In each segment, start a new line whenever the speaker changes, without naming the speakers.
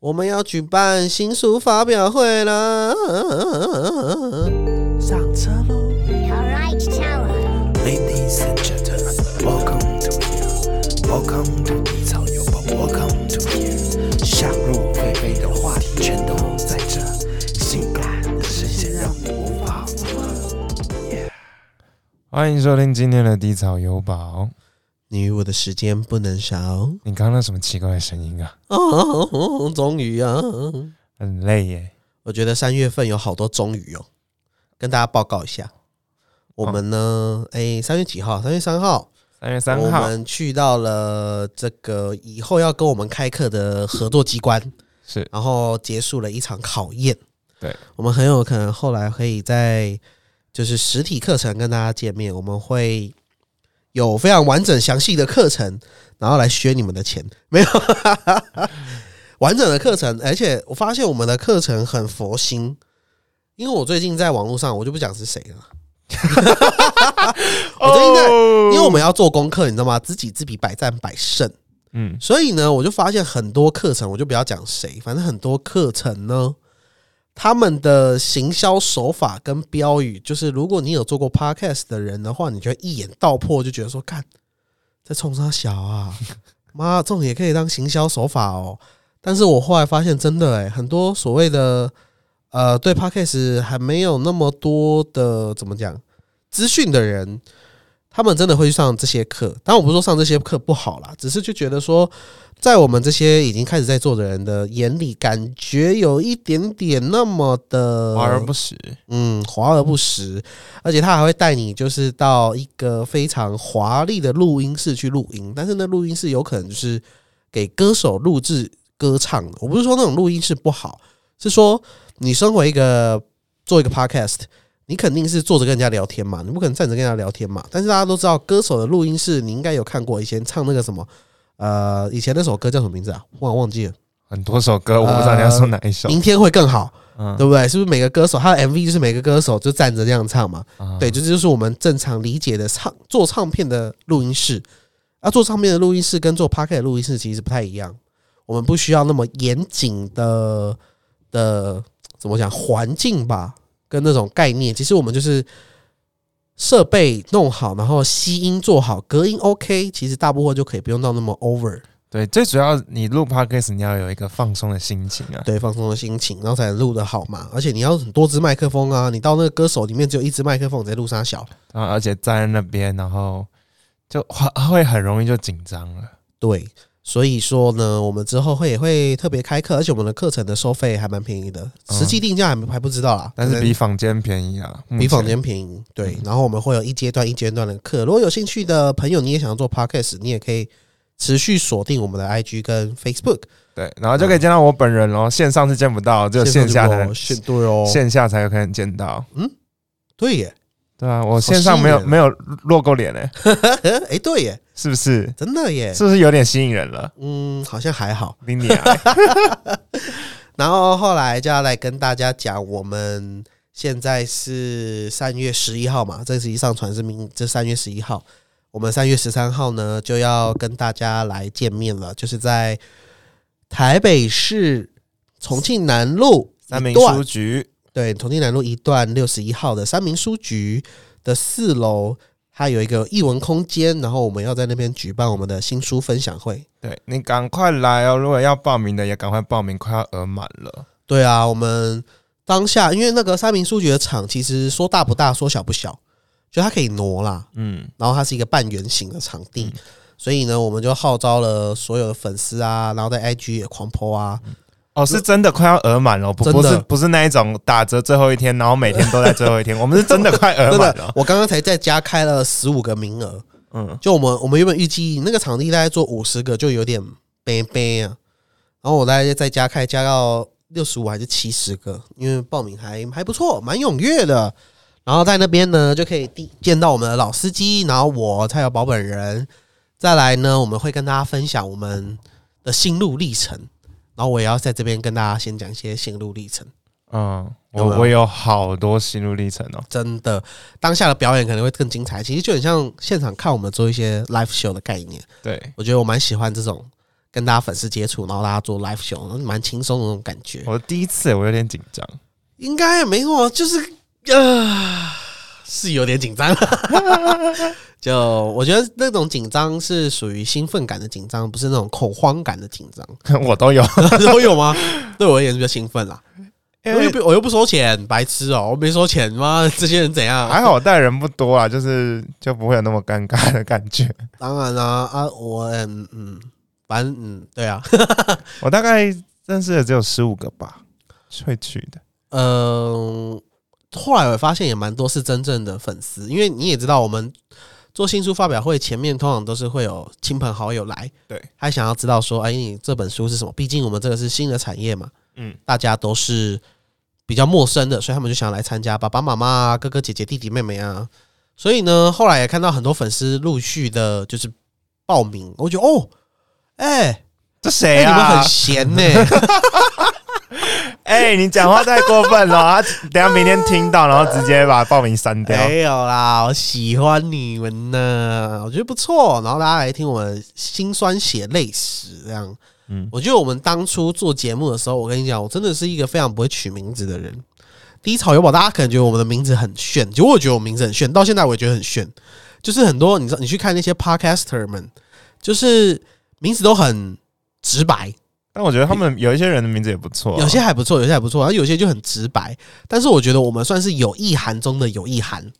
我们要举办新书发表会了，上车喽
Alright, Tower.
，Ladies and gentlemen, welcome to here, welcome to 地草有宝，welcome to here。想入非非的话题全都在这，性感的声线让你无法自拔。Yeah
欢迎收听今天的低草有宝。
你与我的时间不能少
你刚刚那什么奇怪的声音啊？
哦， 终于啊！
很累耶。
我觉得三月份有好多终于哦，跟大家报告一下，我们呢，哎，三月几号？三月三号，
三月三
我
号
们去到了这个以后要跟我们开课的合作机关，
是
然后结束了一场考验。
对，
我们很有可能后来可以在就是实体课程跟大家见面，我们会有非常完整详细的课程，然后来削你们的钱，没有 完整的课程，而且我发现我们的课程很佛心，因为我最近在网络上，我就不讲是谁了。 我最近在，
哦
因为我们要做功课，你知道吗？知己知彼，百战百胜。
嗯，
所以呢，我就发现很多课程，我就不要讲谁，反正很多课程呢，他们的行销手法跟标语，就是如果你有做过 podcast 的人的话，你就会一眼道破，就觉得说，看在冲他小啊， 妈，这种也可以当行销手法哦。但是我后来发现，真的诶、欸很多所谓的呃，对 podcast 还没有那么多的怎么讲资讯的人，他们真的会去上这些课。当然，我不是说上这些课不好啦，只是就觉得说，在我们这些已经开始在做的人的眼里，感觉有一点点那么的
华而不实。
嗯，华而不实，而且他还会带你就是到一个非常华丽的录音室去录音，但是那录音室有可能就是给歌手录制歌唱的。我不是说那种录音室不好，是说你身为一个做一个 podcast，你肯定是坐着跟人家聊天嘛，你不可能站着跟人家聊天嘛。但是大家都知道，歌手的录音室你应该有看过，以前唱那个什么，呃，以前那首歌叫什么名字啊？忘忘记了，
很多首歌，我不知道你要说哪一首。
明天会更好。
嗯，
对不对？是不是每个歌手他的 MV 就是每个歌手就站着这样唱嘛？
啊
对，这就是我们正常理解的唱做唱片的录音室。啊，做唱片的录音室跟做 p a r k 的录音室其实不太一样，我们不需要那么严谨的的怎么讲环境吧，跟那种概念。其实我们就是设备弄好，然后吸音做好，隔音 OK，其实大部分就可以不用到那么 over。
对，最主要你录 podcast 你要有一个放松的心情啊。
对放松的心情，然后才能录得好嘛。而且你要很多支麦克风啊，你到那个歌手里面只有一支麦克风，你在录啥小？
然后而且站在那边，然后就会会很容易就紧张了。
对，所以说呢，我们之后会也会特别开课，而且我们的课程的收费还蛮便宜的，实际定价还没还不知道啦，
嗯但
可
是
能
比房间便宜啊，目
比
前
坊间便宜。对，
嗯
然后我们会有一阶段一阶段的课，如果有兴趣的朋友，你也想要做 podcast，你也可以持续锁定我们的 IG 跟 Facebook，
对，然后就可以见到我本人咯，线上是见不到，只有线下才能
线上直播对 哦，
线下才有可能见到。
对耶，
对啊，我线上没有
吸引人
没有落够脸诶，
哎对耶，
是不是？
真的耶，
是不是有点吸引人了？
嗯，好像还好。
你 你啊，
然后后来就要来跟大家讲，我们现在是三月十一号嘛，这次一上传是明这三月十一号，我们三月十三号呢就要跟大家来见面了，就是在台北市重庆南路
三
一
明
段
书局
对重庆南路一段六十一号的三明书局的四楼。它有一个艺文空间，然后我们要在那边举办我们的新书分享会。
对你赶快来哦！如果要报名的也赶快报名，快要额满了。
对啊，我们当下因为那个三明书局的厂其实说大不大，说小不小，就它可以挪啦，
嗯，
然后它是一个半圆形的场地，所以呢，我们就号召了所有的粉丝啊，然后在 IG 也狂 po 啊，
哦，是真的快要额满了，不
真的
不是不是那一种打折最后一天，然后每天都在最后 一天，我们是真呃的快额
真
满
的
了，。
我刚刚才在家开了十五个名额，
嗯，
就我们我们原本预计那个场地大概做五十个，就有点悲悲啊。然后我大概在家开加到六十五还是七十个，因为报名还还不错，蛮踊跃的。然后在那边呢，就可以第见到我们的老司机，然后我蔡小宝本人。再来呢，我们会跟大家分享我们的心路历程。然后我也要在这边跟大家先讲一些心路历程。
嗯，
有
我
没有
我有好多心路历程哦。
真的，当下的表演可能会更精彩。其实就很像现场看我们做一些 live show 的概念。
对，
我觉得我蛮喜欢这种跟大家粉丝接触，然后大家做 live show，蛮轻松的那种感觉。
我第一次我有点紧张，
应该也没错，就是呃，是有点紧张。 就我觉得那种紧张是属于兴奋感的紧张，不是那种恐慌感的紧张。
我都有，
都有吗？对我而言是比较兴奋啦。
因
我又
为
不我又不收钱，白痴哦、我没收钱妈，这些人怎样？
还好带人不多啊，就是就不会有那么尴尬的感觉。
当然啦、啊，我嗯嗯，反正嗯，对啊，
我大概认识的只有十五个吧，会去的。
嗯，后来我发现也蛮多是真正的粉丝，因为你也知道，我们做新书发表会前面通常都是会有亲朋好友来，
对，
他想要知道说，哎，你这本书是什么？毕竟我们这个是新的产业嘛，
嗯，
大家都是比较陌生的，所以他们就想来参加，爸爸妈妈啊、哥哥姐姐、弟弟妹妹啊。所以呢，后来也看到很多粉丝陆续的，就是报名，我觉得哦，哎、
这
哎
谁
你们
啊
很？闲呢、
哎、你讲话太过 分了！他等下明天听到，然后直接把报名删掉。
没有啦，我喜欢你们呢，我觉得不错。然后大家来听我们辛酸血泪史，这样。
嗯
我觉得我们当初做节目的时候，我跟你讲，我真的是一个非常不会取名字的人。第一草油宝，大家可能觉得我们的名字很炫，其实我也觉得我名字很炫，到现在我也觉得很炫。就是很多你知道，你去看那些 podcaster 们，就是名字都很直白，
但我觉得他们有一些人的名字也不错啊、
有些还不错，有些还不错，然后有些就很直白。但是我觉得我们算是有意涵中的有意涵。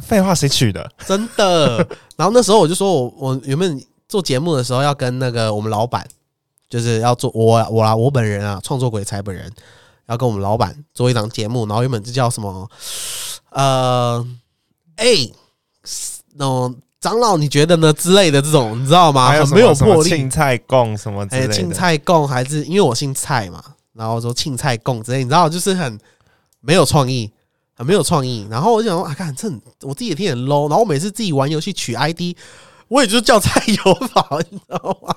废话谁取的？
真的。然后那时候我就说我我原本做节目的时候要跟那个我们老板，就是要做我我啦我本人啊，创作鬼才本人要跟我们老板做一档节目，然后原本就叫什么呃，哎、那种长老你觉得呢之类的这种，你知道吗？
还有
啊很
什么
没有
什么
魄力
青。菜贡什么之
哎、
类的。
庆菜贡还是因为我姓蔡嘛，然后说庆菜贡之类，你知道就是很没有创意，很没有创意。然后我就想说，啊，看这很我自己也听很 low，然后我每次自己玩游戏取 ID，我也就叫蔡友宝， 你知道吗？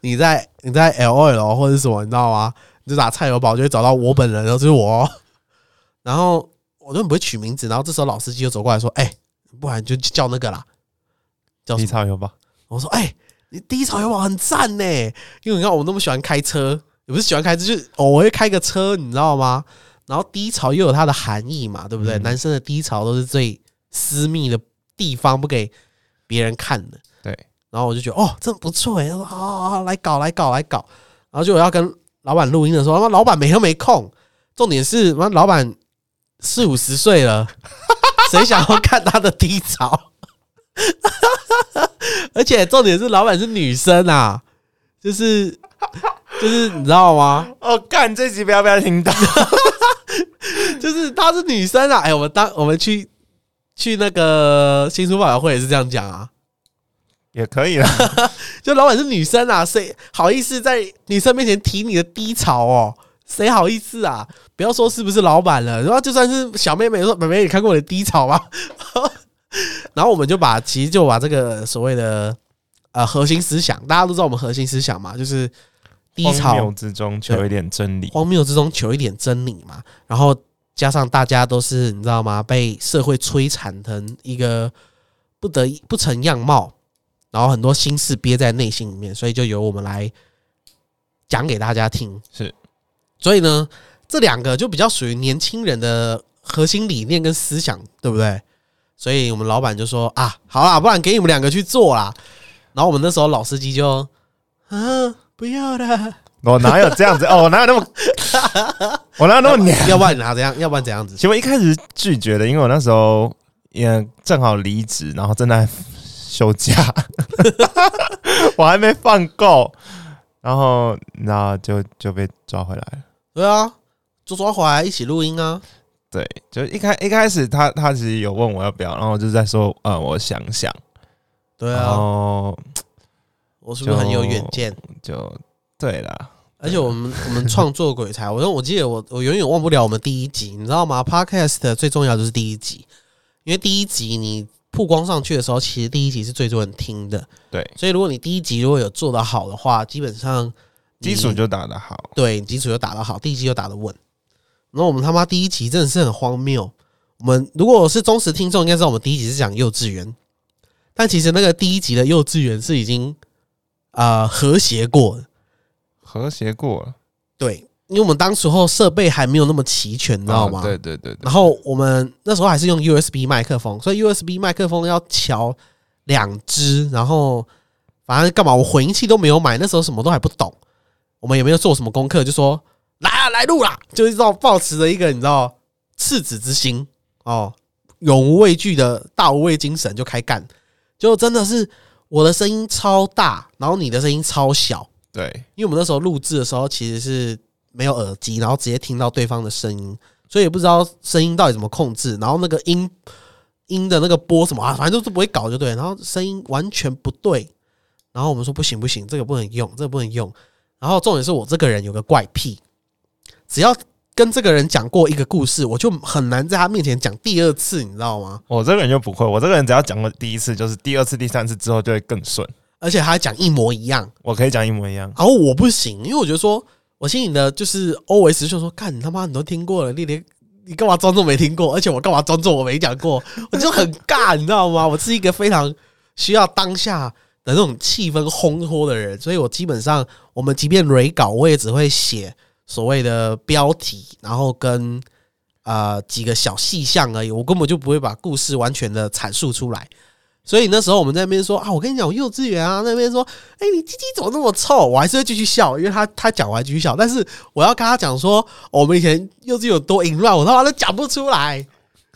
你在你在 L O L 或者是什么，你知道吗？你就打蔡友宝就会找到我本人，然后就是我哦。然后我就很不会取名字，然后这时候老司机就走过来说：“哎、不然就叫那个啦，叫什么？”
皮草油吧？
我说：“哎、你第一场有没有很赞呢？因为你看我那么喜欢开车，也不是喜欢开车，就是偶尔开个车，你知道吗？然后低潮又有它的含义嘛，对不对？
嗯
男生的低潮都是最私密的地方，不给别人看的。
对，
然后我就觉得哦，真不错哎，他说好好好，来搞来搞来搞。然后就我要跟老板录音的时候，他妈老板每天都没空，重点是妈老板四五十岁了，谁想要看他的低潮？而且重点是老板是女生啊，就是就是你知道吗？
哦，干这集不要不要 听到。
就是她是女生啊。哎、我们当我们去去那个新书发表会也是这样讲啊，
也可以啦，
就老板是女生啊，谁好意思在女生面前提你的低潮哦？谁好意思啊？不要说是不是老板了，然后就算是小妹妹说：“妹妹，你看过我的低潮吗？” 然后我们就把其实就把这个所谓的呃核心思想，大家都知道我们核心思想嘛，就是低
荒
潮啊
谬之中就有一点真理。
荒谬之中求一点真理嘛，然后加上大家都是你知道吗？被社会摧残成一个不得已不成样貌，然后很多心事憋在内心里面，所以就由我们来讲给大家听。
是，
所以呢，这两个就比较属于年轻人的核心理念跟思想，对不对？所以我们老板就说啊，好啦，不然给你们两个去做啦。然后我们那时候老司机就啊，不要啦。
我哪有这样子？哦，我哪有 那么，我哪有那么娘？
要不然拿怎样？要不然怎样子？
其实我一开始是拒绝的，因为我那时候也正好离职，然后正在休假， 我还没放够，然后然后就就被抓回来了。
对啊，就抓回来一起录音啊。
对，就一开一开始他他其实有问我要不要，然后我就在说，呃，我想想，
对
然
啊，
后
我是不是很有远见？
就对啦，
而且我们我们创作鬼才，我说我记得我我永远忘不了我们第一集，你知道吗？Podcast 最重要就是第一集，因为第一集你曝光上去的时候，其实第一集是最多人听的，
对，
所以如果你第一集如果有做得好的话，基本上你
基础就打得好，
对，基础又打得好，第一集又打得稳。然后我们他妈第一集真的是很荒谬。我们如果是忠实听众，应该知道我们第一集是讲幼稚园，但其实那个第一集的幼稚园是已经呃和谐过。
和谐过了，
对，因为我们当时候设备还没有那么齐全，你知道吗？
啊对对对对
然，后我们那时候还是用 USB 麦克风，所以 USB 麦克风要调两支，然后反正干嘛，我混音器都没有买，那时候什么都还不懂，我们也没有做什么功课，就说来啊来录啦，就是这种抱持着一个你知道赤子之心哦，永无畏惧的大无畏精神就开干，就真的是我的声音超大，然后你的声音超小，
对，
因为我们那时候录制的时候其实是没有耳机，然后直接听到对方的声音，所以也不知道声音到底怎么控制，然后那个音音的那个波什么啊，反正就是不会搞就对，然后声音完全不对，然后我们说不行不行，这个不能用，这个不能用。然后重点是我这个人有个怪癖，只要跟这个人讲过一个故事，我就很难在他面前讲第二次，你知道吗？
我这个人就不会，我这个人只要讲过第一次，就是第二次、第三次之后就会更顺，
而且他还讲一模一样，
我可以讲一模一样。
然后我不行，因为我觉得说，我心里的就是 always 就说，干你他妈你都听过了，你连你干嘛装作没听过？而且我干嘛装作我没讲过？我就很尬，你知道吗？我是一个非常需要当下的那种气氛烘托的人，所以我基本上我们即便 re 稿，我也只会写所谓的标题，然后跟呃几个小细项而已，我根本就不会把故事完全的阐述出来。所以那时候我们在那边说啊，我跟你讲，我幼稚园啊，那边说，哎、你鸡鸡怎么那么臭？啊我还是会继续笑，因为他他讲完继续笑，但是我要跟他讲说，哦我们以前幼稚园有多淫乱，我他妈都讲不出来。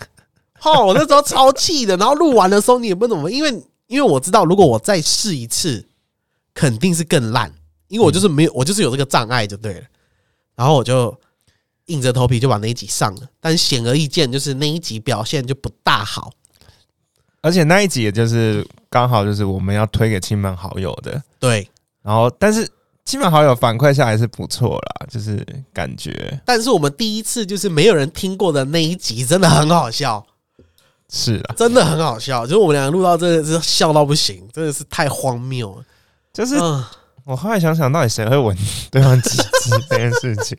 哦，我那时候超气的，然后录完的时候你也不怎么，因为因为我知道，如果我再试一次，肯定是更烂，因为我就是没有，我就是有这个障碍就对了。然后我就硬着头皮就把那一集上了，但显而易见，就是那一集表现就不大好。
而且那一集也就是刚好就是我们要推给亲朋好友的，
对，
然后但是亲朋好友反馈下来是不错啦，就是感觉
但是我们第一次就是没有人听过的那一集，真的很好笑。
是啊，
真的很好笑，就是我们两个录到真的是笑到不行，真的是太荒谬了。
就是
嗯，
我后来想想，到底谁会闻对方鸡鸡这件事情？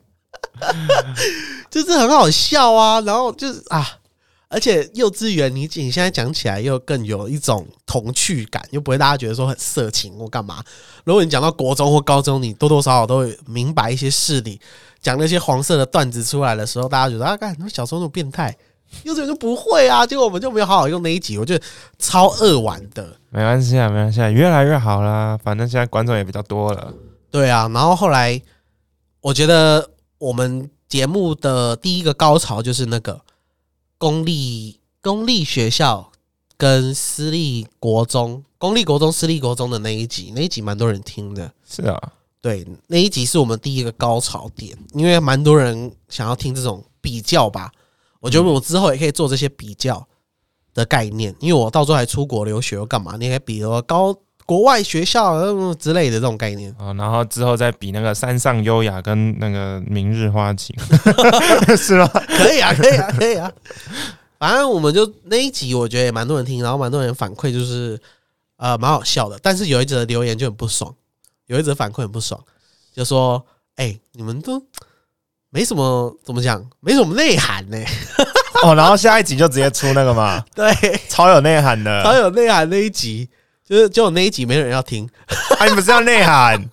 就是很好笑啊。然后就是啊，而且幼稚园你你现在讲起来又更有一种童趣感，又不会大家觉得说很色情或干嘛。如果你讲到国中或高中，你多多少少都会明白一些事理。讲那些黄色的段子出来的时候，大家觉得啊，干，你们小时候那么变态，幼稚园就不会啊。结果我们就没有好好用那一集，我觉得超恶玩的。
没关系啊，没关系啊，越来越好啦。反正现在观众也比较多了，
对啊，然后后来我觉得我们节目的第一个高潮就是那个公立公立学校跟私立国中、公立国中、私立国中的那一集，那一集蛮多人听的。
是啊，
对，那一集是我们第一个高潮点，因为蛮多人想要听这种比较吧。我觉得我之后也可以做这些比较的概念，因为我到时候还出国留学又干嘛？你也可以比如说高国外学校嗯之类的这种概念。
哦，然后之后再比那个山上优雅跟那个明日花情，是吗？
可以啊，可 以啊，可以啊。反正我们就那一集，我觉得也蛮多人听，然后蛮多人反馈就是呃蛮好笑的，但是有一则留言就很不爽，有一则反馈很不爽，就说：“哎、你们都没什么怎么讲，没什么内涵呢、
哦，然后下一集就直接出那个嘛，
对，
超有内涵的，
超有内涵那一集，就是就那一集没有人要听，
哎，你不是要内涵？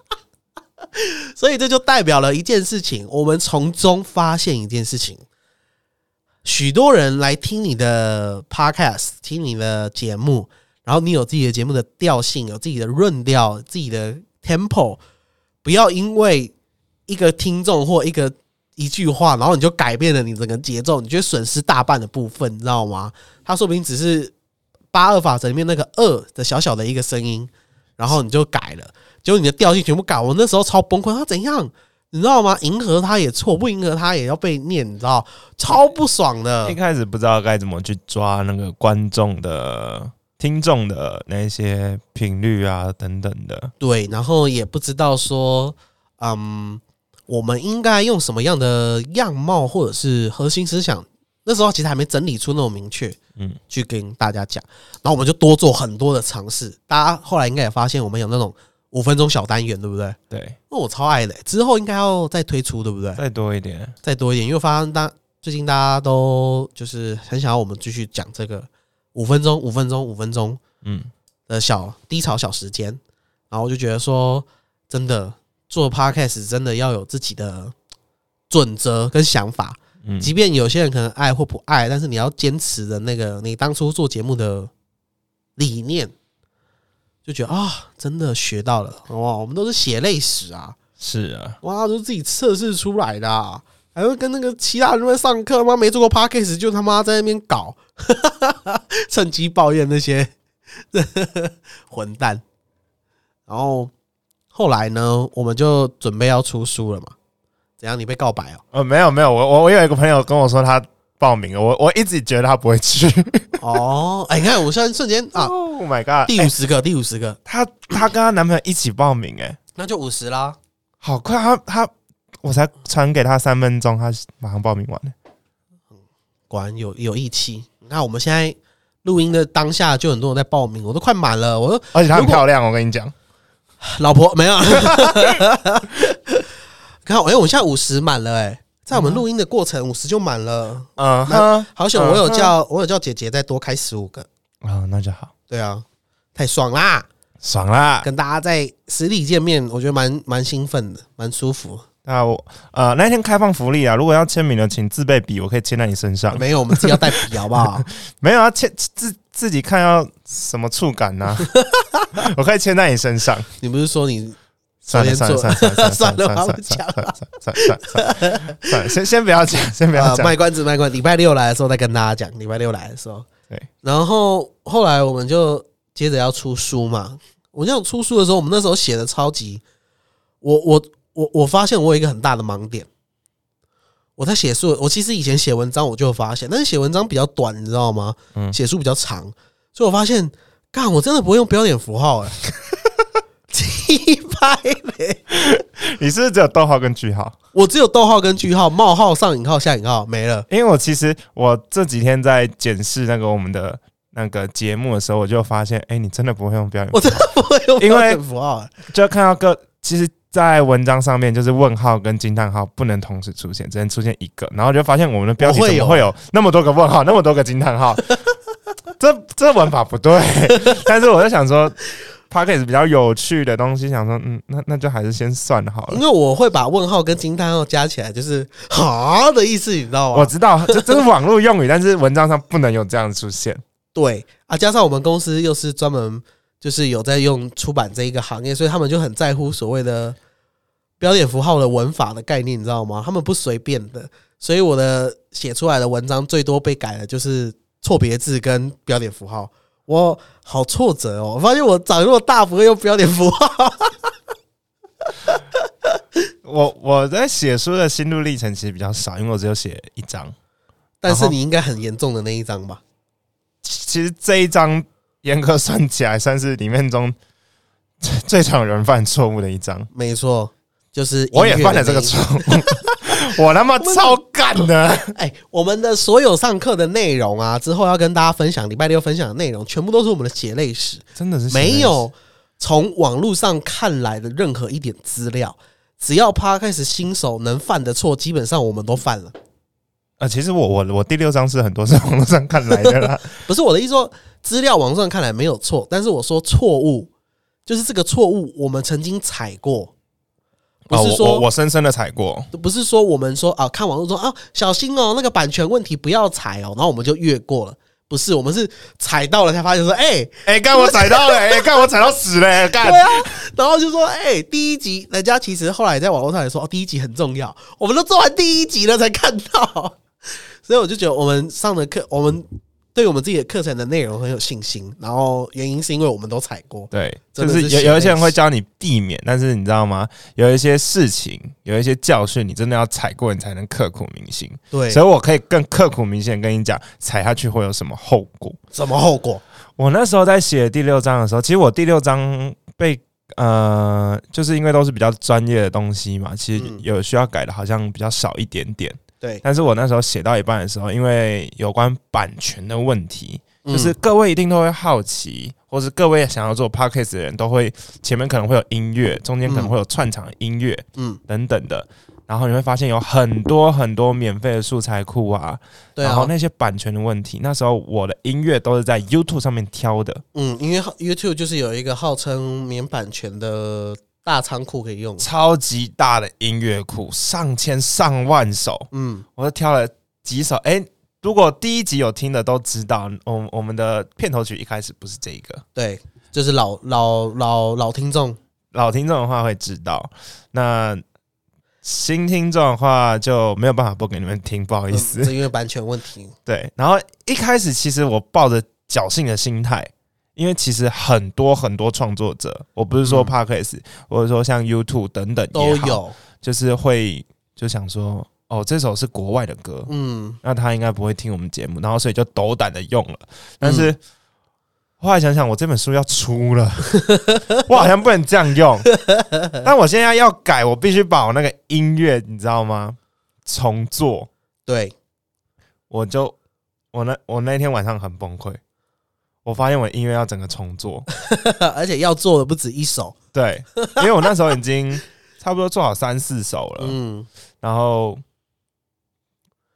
所以这就代表了一件事情，我们从中发现一件事情，许多人来听你的 podcast，听你的节目，然后你有自己的节目的调性，有自己的润调，自己的 tempo，不要因为一个听众或一个一句话，然后你就改变了你整个节奏，你就会损失大半的部分，你知道吗？他说不定只是八二法则里面那个二的小小的一个声音，然后你就改了。结果你的调性全部改，我那时候超崩溃。他怎样，你知道吗？迎合他也错，不迎合他也要被念，你知道，超不爽的
一。开始不知道该怎么去抓那个观众的、听众的那一些频率啊等等的，
对，然后也不知道说，嗯，我们应该用什么样的样貌或者是核心思想，那时候其实还没整理出那种明确，
嗯，
去跟大家讲。然后我们就多做很多的尝试。大家后来应该也发现，我们有那种五分钟小单元，对不对？
对，
那我超爱的、欸之后应该要再推出，对不对？
再多一点，
再多一点，因为我发现大最近大家都就是很想要我们继续讲这个五分钟、五分钟、五分钟
嗯，
的小低潮小时间，然后我就觉得说，真的做 podcast 真的要有自己的准则跟想法，
嗯
即便有些人可能爱或不爱，但是你要坚持的那个你当初做节目的理念，就觉得啊、真的学到了哇！我们都是血泪史啊，
是啊，
哇，都是自己测试出来的、啊，还会跟那个其他人在上课，妈没做过 podcast 就他妈在那边搞， 趁机抱怨那些 混蛋。然后后来呢，我们就准备要出书了嘛？怎样？你被告白哦？
呃，没有没有，我我我有一个朋友跟我说他报名了，我我一直觉得他不会去。
哦，哎、你看，我现在瞬间 啊，
oh my god！
第五十个，第五十个，
她她跟她男朋友一起报名、哎，
那就五十啦。
好快！她她我才传给她三分钟，她马上报名完了。
果然有有义气。你看，我们现在录音的当下就很多人在报名，我都快满了。我说
而且她很
如果
漂亮，我跟你讲，
老婆没有，看，哎、我现在五十满了、哎，在我们录音的过程，五十就满了。
嗯
那
哼，
好险，我有叫我有叫姐姐再多开十五个。
啊、那就好，
对啊，太爽啦！
爽啦！
跟大家在实体见面，我觉得蛮蛮兴奋的，蛮舒服。
那我呃那一天开放福利啊，如果要签名的，请自备笔，我可以签在你身上。
没有，我们自己要带笔，好不好？
没有啊，签自自己看要什么触感 呐、我可以签在你身上。
你不是说你
算了算了算了 算了算了算了啊算了算了算了，先先不要讲，先不要
呃，
讲
卖。关子，卖关子。礼拜六来的时候再跟大家讲，礼拜六来的时候。
对。
然后后来我们就接着要出书嘛。我想出书的时候，我们那时候写的超级，我我我我发现我有一个很大的盲点。我在写书，我其实以前写文章我就有发现，但是写文章比较短，你知道吗？
嗯
写书比较长，所以我发现，干，我真的不会用标点符号、 哎，鸡掰嘞！
你是不是只有逗号跟句号？
我只有逗号跟句号、冒号、上引号、下引号没了。
因为我其实我这几天在检视那个我们的那个节目的时候，我就发现，哎、你真的不会用标点符
我
号，
真的不会用
因为
标点符号、哎
就看到个其实。在文章上面，就是问号跟惊叹号不能同时出现，只能出现一个。然后就发现我们的标题
我会
怎
有
么会有那么多个问号，那么多个惊叹号？ 这这文法不对。 但是我在想说 p o c k e t 比较有趣的东西，想说，嗯，那那就还是先算好了
因。为我会把问号跟惊叹号加起来，就是 “哈”的意思，你知道
我
吗？
知道这这是网络用语，但是文章上不能有这样出现。
对啊，加上我们公司又是专门就是有在用出版这一个行业，所以他们就很在乎所谓的标点符号的文法的概念，你知道吗？他们不随便的，所以我的写出来的文章最多被改的就是错别字跟标点符号。我好挫折哦！我发现我长这么大不会用标点符号，
我我在写书的心路历程其实比较少，因为我只有写一章。
但是
然后
你应该很严重的那一张吧？
其实这一章严格算起来，算是里面中 最常有人犯错误的一章。
没错，就是
我也
音乐
犯了这
那
个
一
错误，我他妈超干的。
哎，我们的所有上课的内容啊，之后要跟大家分享，礼拜六分享的内容，全部都是我们的血泪史，
真的是
没有从网络上看来的任何一点资料。只要趴开始新手能犯的错，基本上我们都犯了。
啊、呃其实我我我第六章是很多是网络上看来的 啦，
不是我的意思说，资料网上看来没有错，但是我说错误，就是这个错误我们曾经踩过，不
哦
是
我
说、
我我深深的踩过，
不是说我们说啊，看网络说啊，小心哦，那个版权问题不要踩哦，然后我们就越过了。不是，我们是踩到了才发现说，哎、
哎、干我踩到了，哎、干我踩到死了、哎干
对啊，然后就说，哎、第一集，人家其实后来在网络上也说，哦，第一集很重要，我们都做完第一集了才看到， 所以我就觉得我们上的课，我们对我们自己的课程的内容很有信心，然后原因是因为我们都踩过，
对，
真
就
的是
是有
血
有一些
泪
人会
史
教你避免，但是你知道吗？有一些事情，有一些教训，你真的要踩过，你才能刻骨铭心。
对，
所以我可以更刻骨铭心地跟你讲，踩下去会有什么后果。
什么后果？
我那时候在写第六章的时候，其实我第六章被呃，就是因为都是比较专业的东西嘛，其实
嗯
有需要改的，好像比较少一点点。
对，
但是我那时候写到一半的时候，因为有关版权的问题，
嗯
就是各位一定都会好奇，或是各位想要做 podcast 的人都会，前面可能会有音乐，中间可能会有串场音乐
嗯，
等等的。然后你会发现有很多很多免费的素材库啊，
对
然后
啊，
那些版权的问题，那时候我的音乐都是在 YouTube 上面挑的，
嗯，因为 YouTube 就是有一个号称免版权的大仓库可以用，
超级大的音乐库，上千上万首，
嗯，
我都挑了几首。哎、如果第一集有听的都知道，我我们的片头曲一开始不是这一个，
对，就是老老老老听众，
老听众的话会知道。那新听众的话就没有办法播给你们听，不好意思。
嗯是因为版权问题，
对，然后一开始其实我抱着侥幸的心态，因为其实很多很多创作者，我不是说 Podcast，、或者说像 YouTube 等等
嗯都
也好，
有，
就是会就想说，哦，这首是国外的歌，
嗯，
那他应该不会听我们节目，然后所以就斗胆的用了。
嗯
但是、后来想想，我这本书要出了，我好像不能这样用。但我现在要改，我必须把我那个音乐，你知道吗？重做。
对，
我就我那我那天晚上很崩溃，我发现我音乐要整个 重做，
而且要做的不止一首，
对，因为我那时候已经 差不多做好三四首了，
嗯，
然后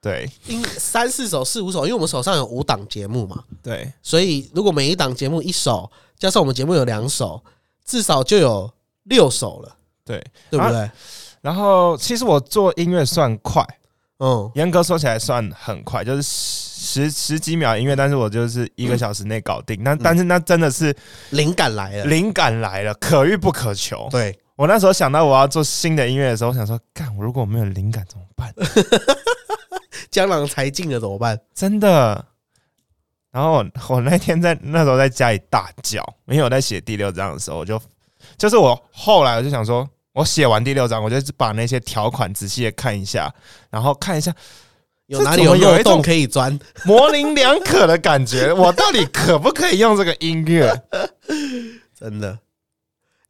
对
因三四首、四五首，因为我们手上有五档节目嘛，
对
所以如果每一档节目一首，加上我们节目有两首，至少就有六首了，
对，
对不对？
然后其实我做音乐算快，
嗯，
严格说起来算很快，就是十十十几秒音乐，但是我就是一个小时内搞定，
嗯
那、但是那真的是
灵感来了，
灵感来了，可遇不可求，
对，
我那时候想到我要做新的音乐的时候，我想说，干，我如果我没有灵感怎么办？
江郎才尽了怎么办？
真的。然后我 我那天在那时候在家里大叫，因为我在写第六章的时候，我就就是我后来我就想说，我写完第六章，我就把那些条款仔细的看一下，然后看一下
有哪里有
这怎么有
漏
一种
洞可以钻？
模棱两可的感觉，我到底可不可以用这个音乐？
真的。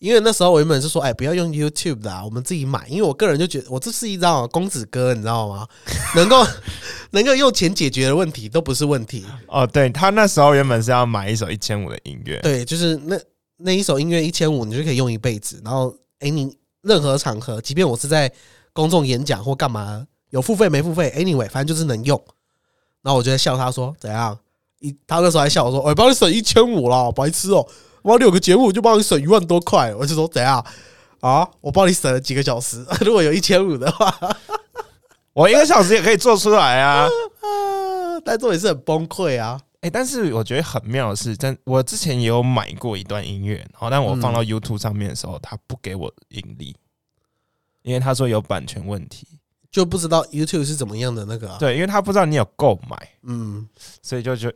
因为那时候我原本是说，哎，不要用 YouTube 的、啊，我们自己买。因为我个人就觉得，我这是一张哦公子哥，你知道吗？能够 能够用钱解决的问题都不是问题。
哦，对他那时候原本是要买一首一千五的音乐，
对，就是那那一首音乐一千五，你就可以用一辈子。然后，哎，你任何场合，即便我是在公众演讲或干嘛，有付费没付费，anyway，反正就是能用。然后我就在笑他说怎样？一他那时候还笑我说，哎、帮你省一千五啦，白痴哦、我六个节目就帮你省一万多块。我就说怎样？啊，我帮你省了几个小时。 如果有一千五的话，
我一个小时也可以做出来啊。
啊，但这也是很崩溃啊。
哎、但是我觉得很妙的是，但我之前也有买过一段音乐，然后但我放到
嗯
YouTube 上面的时候，他不给我盈利，因为他说有版权问题。
就不知道 YouTube 是怎么样的那个、啊，
对，因为他不知道你有购买，
嗯，
所以就觉得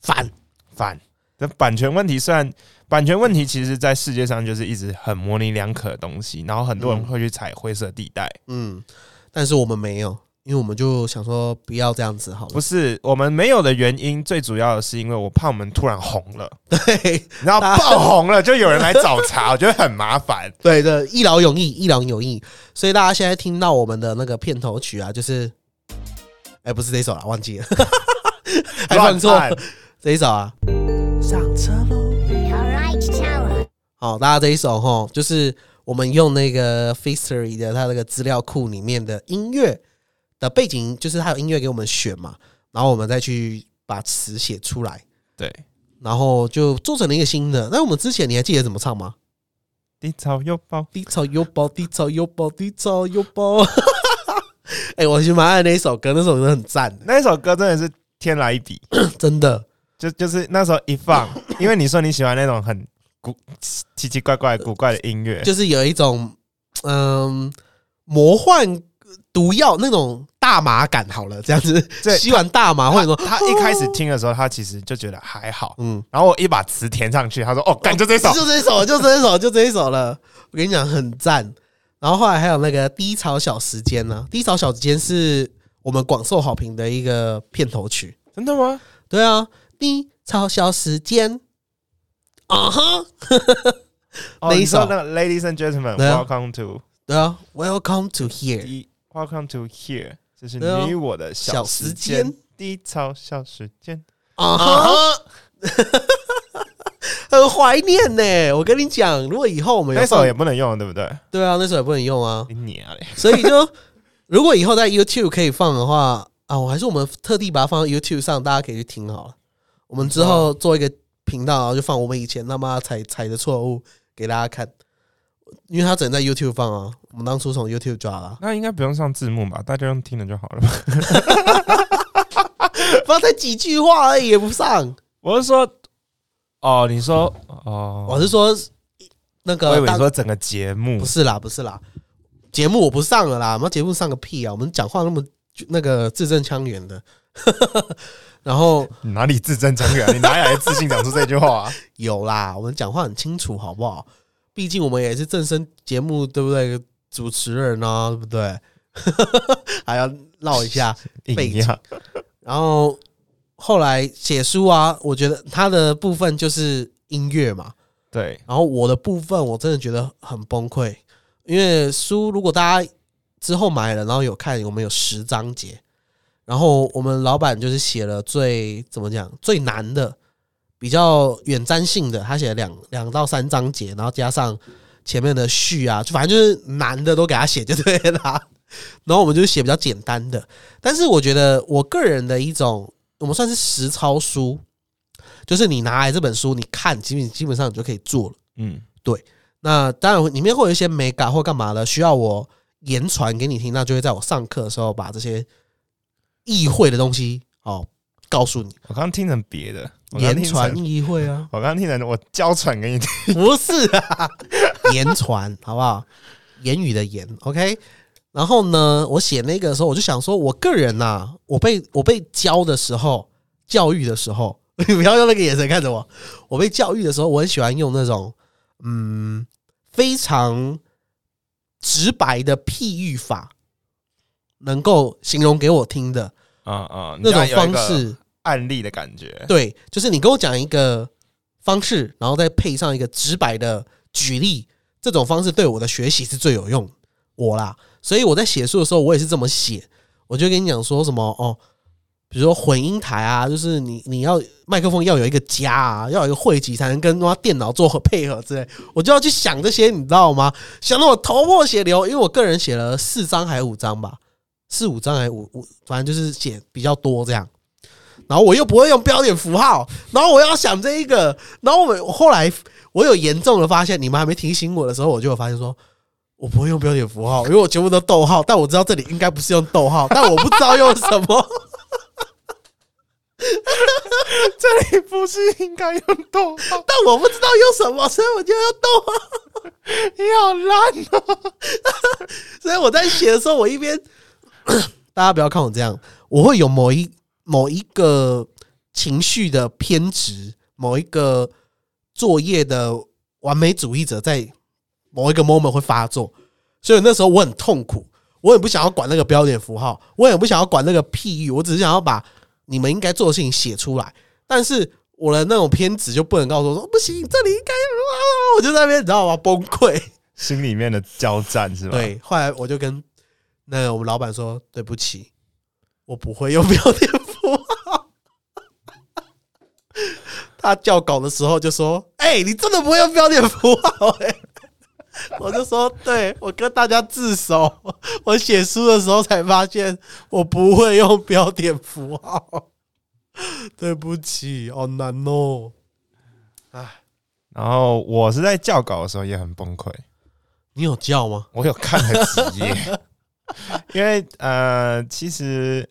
烦，
烦。这版权问题虽然版权问题，其实在世界上就是一直很模棱两可的东西，然后很多人会去踩灰色地带。
嗯，但是我们没有，因为我们就想说不要这样子好
不
了。
是我们没有的原因，最主要的是因为我怕我们突然红了，
对
然后
大
爆红了就有人来找茬，我觉得很麻烦。
对的，一劳永逸，一劳永逸。所以大家现在听到我们的那个片头曲啊，就是，哎、不是这首啦，忘记了， 还放错
乱按
这一首啊。
上车喽！
Alright, Tower.
好，大家这一首吼，就是我们用那个 Fistory 的它那个资料库里面的音乐的背景，就是它有音乐给我们选嘛，然后我们再去把词写出来，
对。
然后就做成了一个新的。那我们之前你还记得怎么唱吗？
低潮又爆
低潮有宝，低潮有宝，低潮有宝。 哎、我其实蛮爱那一首歌，那首歌很赞的，
那一首歌真的是天来一笔，
真的。
就就是那时候一 放，因为你说你喜欢那种很古奇奇怪怪、古怪的音乐，
就是有一种嗯魔幻毒药那种大麻感，好了，这样子
对
吸完大麻或者说，
他一开始听的时候，他其实就觉得还好，
嗯，
然后我一把词填上去，他说：“哦，感就这 首。
就这一首，就这一首，就这一首了。我跟你讲，很赞。然后后来还有那个低潮小时间呢、低潮小时间是我们广受好评的一个片头曲，”
真的吗？
对啊，低潮小时间，啊哈，
哦
那一
你说
首
那个 Ladies and Gentlemen,
对啊
Welcome to
对啊，Welcome to here，
一 Welcome to here，这是
对啊
你我的小
小
时
时
间
间，
Uh-huh 低潮小时间。
啊哈， 很怀念呢、我跟你讲，如果以后我们有
那首
放
也不能用，对不对？
对啊，那首也不能用啊，
你娘嘞！
所以就如果以后在 YouTube 可以放的话啊，我还是我们特地把它放到 YouTube 上，大家可以去听好了。我们之后做一个频道，然后就放我们以前他妈踩踩的错误给大家看，因为它只能在 YouTube 放啊。我们当初从 YouTube 抓了啊，
那应该不用上字幕吧？大家用听了就好了吧？
放才几句话而已，也不上。
我是说，哦，你说，哦，
我是说那
我以
个
为你
当
说整个节目
不是啦，不是啦，节目我不上了啦，我们节目上个屁啊！我们讲话那么那个字正腔圆的， 然后
你哪里字正腔 圆？你哪里来自信讲出这句话、啊？
有啦，我们讲话很清楚，好不好？毕竟我们也是正声节目，对不对？主持人啊，对不对？ 还要唠一下。 背
一
景
样，
然后后来写书啊，我觉得他的部分就是音乐嘛，
对，
然后我的部分我真的觉得很崩溃，因为书如果大家之后买了，然后有看，我们有十章节，然后我们老板就是写了最怎么讲最难的，比较远瞻性的，他写了两两到三章节，然后加上前面的序啊，就反正就是难的都给他写就对了啦。然后我们就写比较简单的，但是我觉得我个人的一种，我们算是实操书，就是你拿来这本书，你看基本基本上你就可以做了。
嗯，
那当然里面会有一些美感或干嘛的，需要我言传给你听，那就会在我上课的时候把这些意会的东西哦告诉你。
我刚刚听成别的，我刚刚
言
听
传
成，
意会啊，
我刚刚听成我娇 喘给你听，
不是啊，言传好不好？言语的言，OK。然后呢，我写那个的时候，我就想说，我个人呐、我被我被教的时候，教育的时候， 你不要用那个眼神看着我。我被教育的时候，我很喜欢用那种嗯非常直白的譬喻法，能够形容给我听的
啊啊，你
那种
这样有一
方
个
式。
案例的感觉，
对，就是你跟我讲一个方式，然后再配上一个直白的举例，这种方式对我的学习是最有用。我啦，所以我在写书的时候，我也是这么写，我就跟你讲说什么哦，比如说混音台啊，就是你你要麦克风要有一个家啊，要有一个汇集才能跟他电脑做配合之类，我就要去想这些，你知道吗？想得我头破血流，因为我个人写了四张还是五张吧，四五张还是五五，反正就是写比较多这样。然后我又不会用标点符号，然后我要想这一个，然后我们我后来我有严重的发现，你们还没提醒我的时候，我就有发现说。我不会用标点符号，因为我全部都逗号，但我知道这里应该不是用逗号，但我不知道用什么。
这里不是应该用逗 号？
但我不知道用什么，所以我就要啊逗 号。
你好烂哦！
所以我在写的时候，我一边 大家不要看我这样，我会有某一某一个情绪的偏执，某一个作业的完美主义者在某一个 moment 会发作，所以那时候我很痛苦，我也不想要管那个标点符号，我也不想要管那个譬喻，我只是想要把你们应该做的事情写出来，但是。我的那种偏执就不能告诉我说不行，这里应该啊，我就在那边你知道吗？崩溃。
心里面的交战是吧？，
对，后来我就跟那个我们老板说：“对不起，我不会用标点符号。” 他校稿的时候就说：“哎、你真的不会用标点符号、欸？” 我就说：“对，我跟大家自首。我写书的时候才发现我不会用标点符号，对不起，好难哦。”哎，
然后我是在校稿的时候也很崩溃，
你有叫吗？
我有看了几页， 因为呃，其实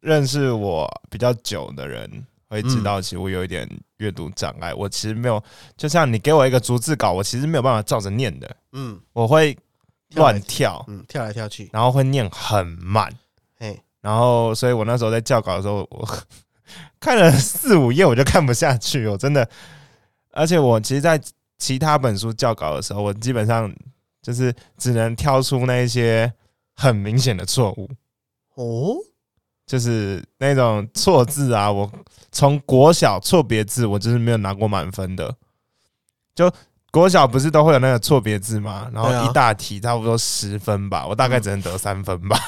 认识我比较久的人会知道，其实我有一点阅读障碍。我其实没有，就像你给我一个逐字稿，我其实没有办法照着念的，
嗯
我会乱跳，
嗯，跳来跳去，
然后会念很慢，
哎，
然后所以我那时候在校稿的时候，我 看了四五页我就看不下去，我真的，而且我其实，在其他本书校稿的时候，我基本上就是只能挑出那一些很明显的错误，
哦，
就是那种错字啊，我从国小错别字，我就是没有拿过满分的，就。国小不是都会有那个错别字吗？然后
对啊
一大题差不多十分吧，我大概只能得三分吧。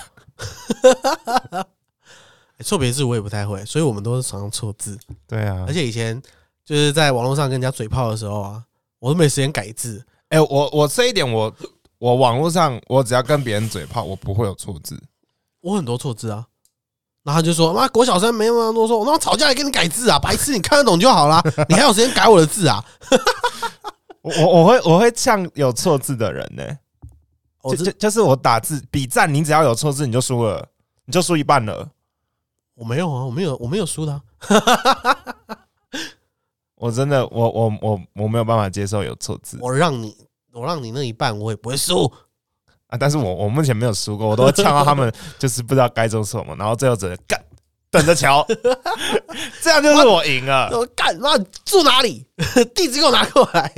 欸错别字我也不太会，所以我们都是常常错字。
对啊，
而且以前就是在网络上跟人家嘴炮的时候啊，我都没时间改字。
哎、我我这一点我，我网络上我只要跟别人嘴炮，我不会有错字。
我很多错字啊。然后他就说：“妈，国小生没那么多说，我他妈吵架也给你改字啊，白痴，你看得懂就好啦， 你还有时间改我的字啊
我我我会我会呛有错字的人呢、？”
我
就
哦这
就就是我打字比赞，你只要有错字你就输了，你就输一半了。
我没有啊，我没有，我没有输的、啊。
我真的我我我我没有办法接受有错字
我让你，我让你那一半，我也不会输。
啊！但是我我目前没有输过，我都会呛到 他们就是不知道该做什么，然后最后只能干等 着瞧，这样就是我赢了。
我干妈你住哪里？ 地址给我拿过来。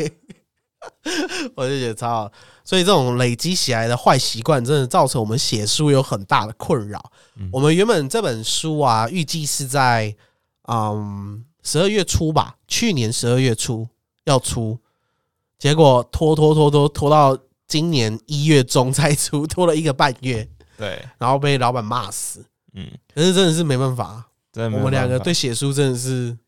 我就觉得超好，所以这种累积起来的坏习惯，真的造成我们写书有很大的困扰。我们原本这本书啊，预计是在嗯十二月初吧，去年十二月初要出，结果拖拖拖拖拖到今年一月中才出，拖了一个半月，
对，
然后被老板骂死。
嗯，
可是真的是没办法，啊
真的没
我
有
们两
办
个
法
对写书真的是，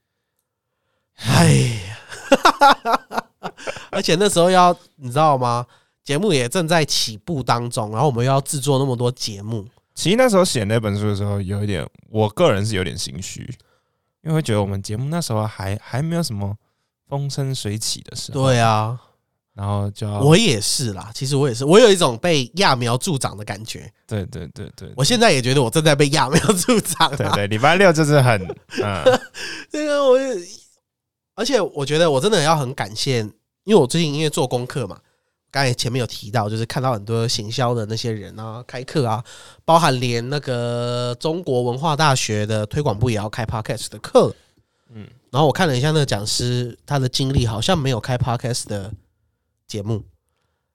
哎呀， 而且那时候要你知道吗？节目也正在起步当中，然后我们又要制作那么多节目，
其实那时候写那本书的时候，有一点，我个人是有点心虚，因为会觉得我们节目那时候还还没有什么风生水起的时候，，
对啊，
然后就要
我也是啦。其实我也是，我有一种被揠苗助长的感觉。
对对对对，
我现在也觉得我正在被揠苗助长
对
啊。
对，礼拜六就是很 嗯，
这个啊我也，而且我觉得我真的要很感谢，因为我最近因为做功课嘛，刚才前面有提到，就是看到很多行销的那些人啊，开课啊，包含连那个中国文化大学的推广部也要开 podcast 的课，嗯
嗯，
然后我看了一下那个讲师他的经历，好像没有开 podcast 的节目，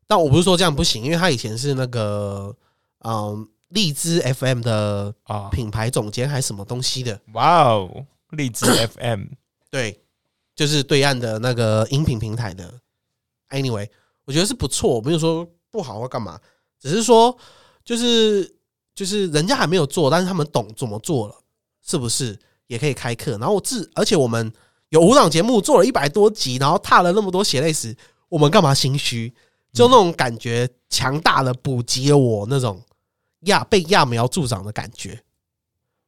但我不是说这样不行，因为他以前是那个嗯荔枝 FM 的
啊，
品牌总监还是什么东西的，
哇哦，荔枝 FM
对，就是对岸的那个音频平台的。Anyway，我觉得是不错，我没有说不好或干嘛，只是说就是就是人家还没有做，但是他们懂怎么做了，是不是也可以开课？然后我自而且我们有五档节目做了一百多集，然后踏了那么多血泪史，我们干嘛心虚？就那种感觉，强大的补给了我那种揠被揠苗助长的感觉。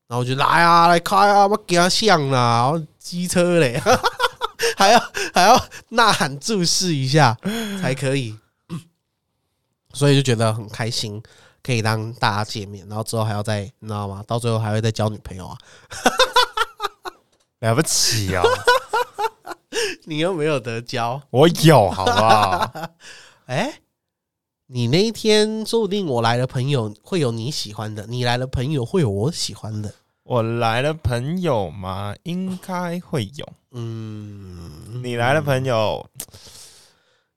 然后我就来啊，来开啊，我给他像啦，然后机车嘞， 还要还要呐喊注视一下才可以，所以就觉得很开心，可以让大家见面，然后之后还要再你知道吗？到最后还会再交女朋友啊？
了不起哦，
你又没有得交，
我有好不好？
哎、你那一天说不定我来了朋友会有你喜欢的，你来了朋友会有我喜欢的，
我来了朋友嘛，应该会有，
嗯，
你来了朋友，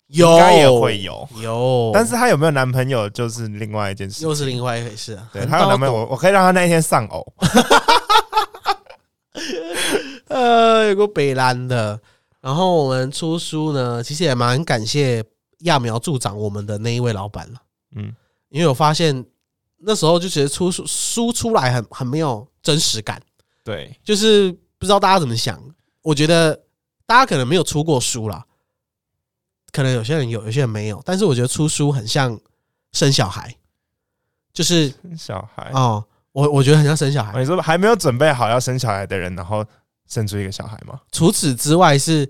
有
应该也会有
有，
但是她有没有男朋友就是另外一件事。
又是另外一回事啊。
对，
很
她有
刀
男朋友，我我可以让她那一天丧偶。
呃，有个北兰的。然后我们出书呢，其实也蛮感谢揠苗助长我们的那一位老板了，
嗯，
因为我发现那时候就觉得出书书出来很很没有真实感，
对，
就是不知道大家怎么想。我觉得大家可能没有出过书啦，可能有些人有，有些人没有，但是我觉得出书很像生小孩，就是
小孩。
哦，我我觉得很像生小孩
哦。你说还没有准备好要生小孩的人，然后生出一个小孩吗？
除此之外是。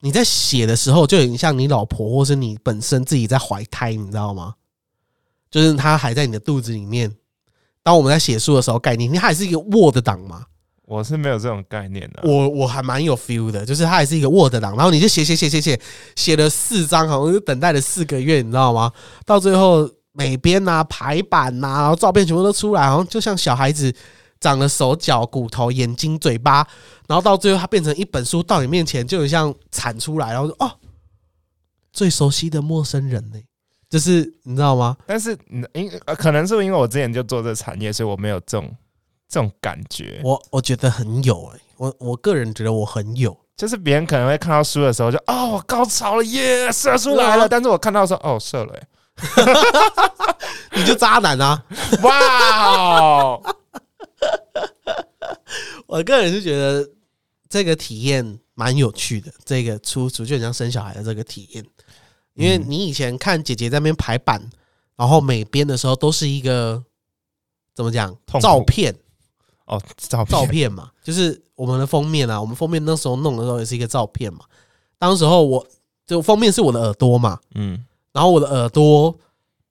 你在写的时候，就很像你老婆或是你本身自己在怀胎，你知道吗？就是她还在你的肚子里面。当我们在写书的时候，概念，它还是一个 Word 档嘛。
我是没有这种概念的、啊
我我还蛮有 feel 的，就是它还是一个 Word 档，然后你就写写写写写，写了四张，好像就等待了四个月，你知道吗？到最后美编呐、排版呐、然后照片全部都出来，好像就像小孩子长了手脚、骨头、眼睛、嘴巴，然后到最后它变成一本书到你面前，就很像产出来，然后说哦，最熟悉的陌生人呢、就是你知道吗？
但是嗯因呃可能是因为我之前就做这产业，所以我没有这种这种感觉。
我我觉得很有诶、我我个人觉得我很有，
就是别人可能会看到书的时候就啊、我高潮了耶，射出来了。
对啊
但是我看到说哦，射了耶，
你就渣男啊！
哇哦，
我个人是觉得这个体验蛮有趣的，这个出租就很像生小孩的这个体验，因为
嗯
你以前看姐姐在那边排版，然后每编的时候都是一个怎么讲
痛苦
照片
哦，照片
照片嘛，就是我们的封面啊，我们封面那时候弄的时候也是一个照片嘛，当时候我就封面是我的耳朵嘛，
嗯，
然后我的耳朵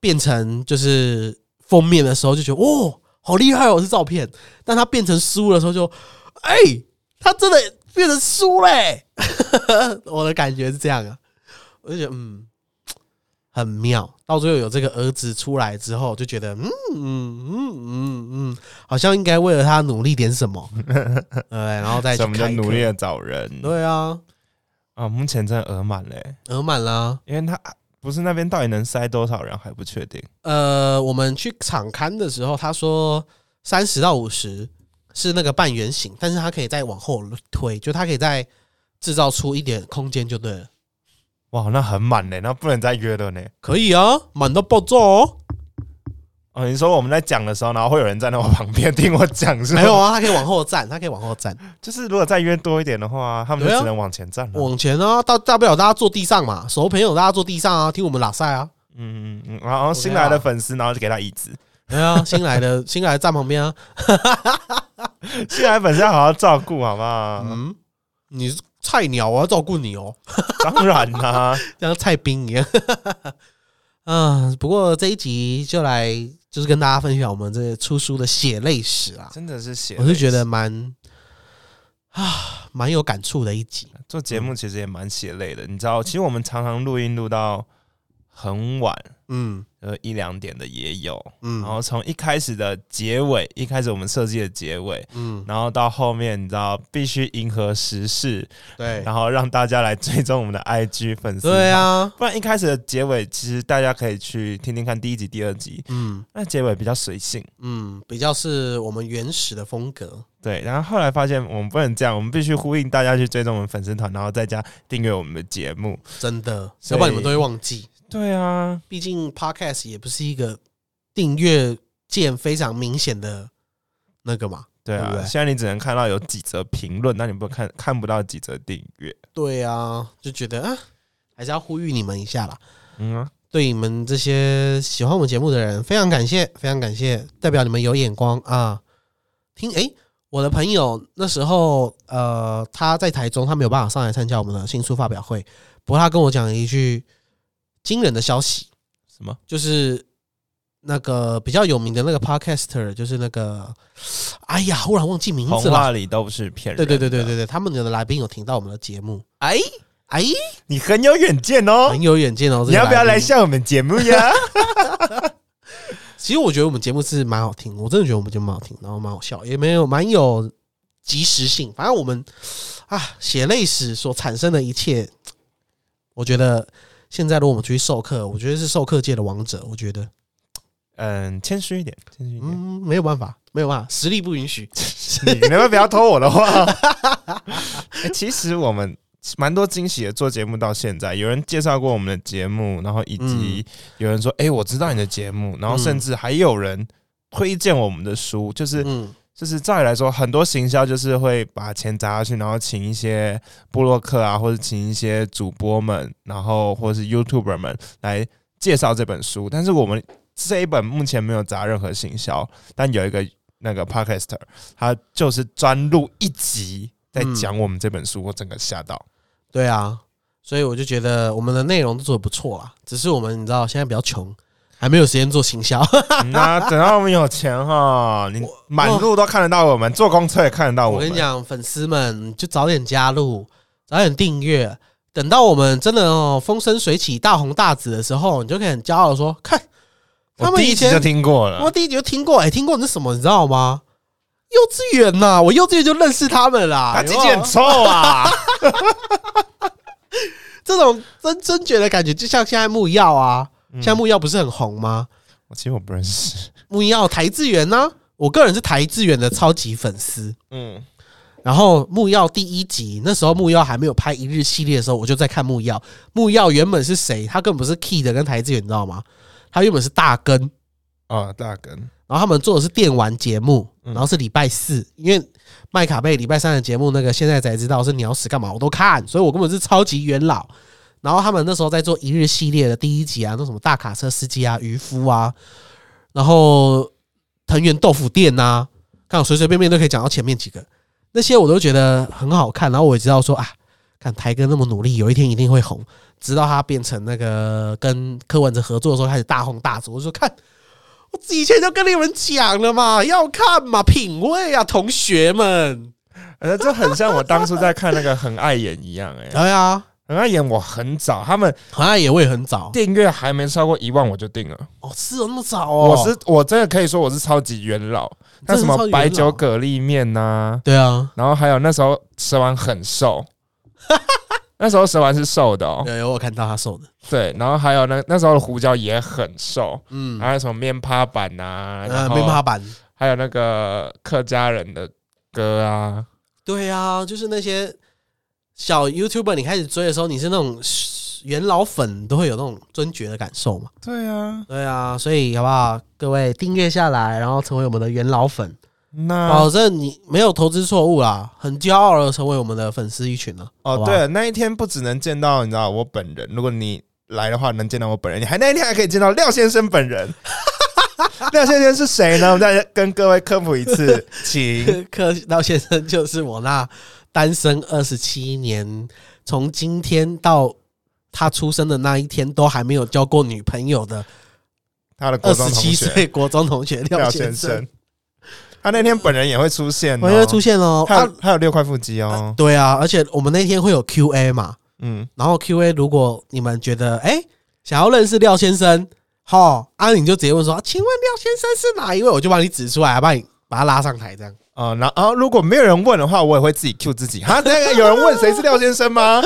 变成就是封面的时候，就觉得哦，好厉害哦，是照片。但它变成书的时候就，哎、它真的变成书嘞、 我的感觉是这样啊，我就觉得嗯，很妙。到最后有这个儿子出来之后，就觉得嗯嗯嗯嗯嗯，好像应该为了他努力点什 么，对，然后再去
所以我们就
开课
努力的找人
对啊，
啊。目前真的额满欸嘞，
额满啦。
因为他不是那边到底能塞多少人还不确定。
呃，我们去场刊的时候，他说三十到五十是那个半圆形，但是它可以再往后推，就它可以再制造出一点空间就对了。
哇，那很满嘞，那不能再约了呢。
可以啊，满到爆炸哦！
哦，你说我们在讲的时候，然后会有人站在我旁边听我讲，是 吗
没有？啊，它可以往后站，它可以往后站，
就是如果再约多一点的话，他们
对
就
啊
只能往前站了。
往前啊，大大不了大家坐地上嘛，熟朋友大家坐地上啊，听我们拉塞啊。
嗯嗯嗯，然后新来的粉丝，然后就给他椅子。
对啊，新来的新来的站旁边啊。
新来的粉丝要好好照顾，好不好？
嗯，你是菜鸟，我要照顾你哦。
当然啦、
像蔡冰一样。 啊，不过这一集就来就是跟大家分享我们这出书的血泪史啊，
真的是写
我
泪史，
是觉得蛮啊蛮有感触的一集。
做节
嗯
目其实也蛮血泪的。你知道，其实我们常常录音录到很晚，
嗯
呃一两点的也有。
嗯，
然后从一开始的结尾，一开始我们设计的结尾，
嗯
然后到后面，你知道必须迎合时事，
对
然后让大家来追踪我们的 IG 粉丝。
对，啊，
不然一开始的结尾，其实大家可以去听听看第一集、第二集，
嗯
那结尾比较随性。
嗯，比较是我们原始的风格。
对，然后后来发现我们不能这样，我们必须呼应大家去追踪我们粉丝团，然后再加订阅我们的节目。
真的，
所
要
以
不然你们都会忘记。
对啊，
毕竟 Podcast 也不是一个订阅键非常明显的那个嘛。
对啊，
对不对
现在你只能看到有几则评论，那你不看看不到几则订阅。
对啊，就觉得啊，还是要呼吁你们一下啦。
嗯、啊，
对你们这些喜欢我们节目的人，非常感谢，非常感谢，代表你们有眼光啊！听，诶，我的朋友那时候，呃，他在台中，他没有办法上来参加我们的新书发表会，不过他跟我讲了一句惊人的消息，
什么？
就是那个比较有名的那个 podcaster，就是那个，哎呀，忽然忘记名
童
字了
话，里都不是骗人。
对对对对对，对，他们的来宾有听到我们的节目，哎哎，
你很有远见哦
很。有远见哦，这个
你要不要来
宾
上我们节目呀？
其实我觉得我们节目是蛮好听，我真的觉得我们节目蛮好听，然后蛮好笑，也没有蛮有及时性。反正我们啊，血泪史所产生的一切，我觉得现在如果我们出去授课，我觉得是授课界的王者。我觉得，
嗯，谦虚一点，谦虚一点。
嗯，没有办法，没有办法，实力不允许。
你能不能不要偷我的话？ 欸其实我们蛮多惊喜的，做节目到现在，有人介绍过我们的节目，然后以及有人说：“哎、我知道你的节目。”然后甚至还有人推荐我们的书，就是
嗯
就是照理来说，很多行销就是会把钱砸下去，然后请一些布洛克啊，或者请一些主播们，然后或者是 YouTuber 们来介绍这本书。但是我们这一本目前没有砸任何行销，但有一个那个 Podcaster，他就是专录一集在
嗯
讲我们这本书，我整个吓到。
对啊，所以我就觉得我们的内容都做的不错啦，只是我们你知道现在比较穷，还没有时间做行销。
嗯那等到我们有钱哈，你满路都看得到我们，坐公车也看得到
我
哦我
跟
们
你。讲，粉丝们就早点加入，早点订阅。等到我们真的哦风生水起、大红大紫的时候，你就可以很骄傲的说：“看，他
我
们
第一
以
集就
前
听过
我
了，
第一集就听过，哎、听过那什么，你知道吗？幼稚园呐、我幼稚园就认识他们啦。
他
有
鸡
没
鸡很
有
臭啊！
这种真真觉的感觉，就像现在木曜啊，
嗯
现在木曜不是很红吗？
我其实我不认识。
木曜台志远呢、我个人是台志远的超级粉丝。
嗯，
然后木曜第一集，那时候木曜还没有拍一日系列的时候，我就在看木曜。木曜原本是谁？他根本不是 Key 的跟台志远，你知道吗？他原本是大根，
哦，大根，
然后他们做的是电玩节目，然后是礼拜四，因为麦卡贝礼拜三的节目，那个现在才知道是鸟屎干嘛，我都看，所以我根本是超级元老。然后他们那时候在做一日系列的第一集啊，那什么大卡车司机啊、渔夫啊，然后藤原豆腐店呐、啊，看我随随便便都可以讲到前面几个，那些我都觉得很好看。然后我也知道说啊，看台哥那么努力，有一天一定会红。直到他变成那个跟柯文哲合作的时候，开始大红大紫。我就说看，我以前就跟你们讲了嘛，要看嘛，品味啊，同学们。
呃，这很像我当初在看那个《很爱演》一样、欸，哎，
哎呀，
《很爱演》我很早，他们
好像也会很早
订阅还没超过一万我就订了。
哦，是有那么早哦。
我是我真的可以说我是超级元老，那什么白酒蛤蜊面呐、
对啊，
然后还有那时候蛇丸很瘦，那时候蛇丸是瘦的哦，
有有哎我看到他瘦的，
对，然后还有那那时候的胡椒也很瘦，
嗯，
还有什么面趴板呐、啊然
呃，
后
没办法版。
还有那个客家人的歌啊，
对啊，就是那些小 YouTuber，你开始追的时候，你是那种元老粉，都会有那种尊爵的感受嘛。
对啊，
对啊，所以好不好，各位订阅下来，然后成为我们的元老粉，
那
保证你没有投资错误啦，很骄傲的成为我们的粉丝一群了。好
哦
不好，
对，那一天不只能见到你知道我本人，如果你来的话能见到我本人，你还那一天还可以见到廖先生 本人。廖先生是谁呢？我们再跟各位科普一次，请。
柯道先生就是我那单身二十七年，从今天到他出生的那一天都还没有交过女朋友的
他的国
二
中
十
同
七
学
岁国中同学廖
廖
先
先
生嗯
生，，他那天本人也会出现、哦，
我又出，现喽。
他有
啊
他有六块腹肌哦，
对啊，而且我们那天会有 Q&A 嘛，
嗯，
然后 Q&A，如果你们觉得哎、诶想要认识廖先生，好，啊你就直接问说，啊请问廖先生是哪一位？我就帮你指出来，啊把你把他拉上台，这 样
哦，然后然后如果没有人问的话，我也会自己 Q 自己。 哈，那个有人问谁是廖先生吗？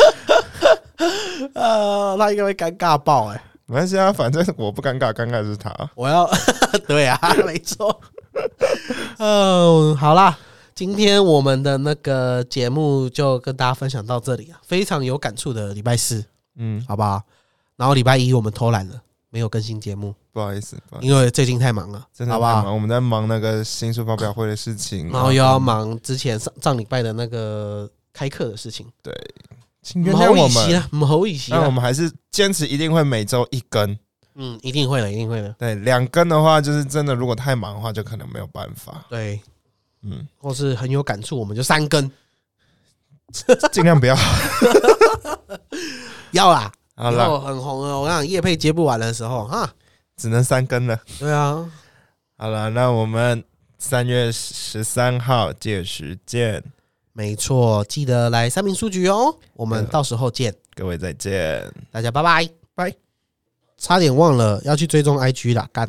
呃，那应该会尴尬爆哎、诶
没关系啊，反正我不尴尬，尴尬的是他。
我要 对 啊，没错，嗯，好啦。今天我们的那个节目就跟大家分享到这里啊，非常有感触的礼拜四，
嗯，
好不好？然后礼拜一我们偷懒了，没有更新节目，
不好意思，不好意思，
因为最近太忙了，
嗯真的
好
太
不好
忙，？我们在忙那个新书发表会的事 情，
然后又要忙之前上上礼拜的那个开课的事情，
请原谅我
们
们。
啊，某以习
但我
啊，
们还是坚持一定会每周一更，
嗯，一定会的，一定会的，
对，两更的话就是真的，如果太忙的话就可能没有办法，
对，
嗯，
或是很有感触，我们就三根，
尽量 不要。
要啦，
好
以
了，
后很红哦，我让叶佩接不完的时候哈，
只能三更了。
对啊，
好了，那我们三月十三号届时见，
没错，记得来三明书局哦，我们
对啊
到时候见，
各位再见。
大家拜拜
拜，
差点忘了要去追踪 IG 啦，干。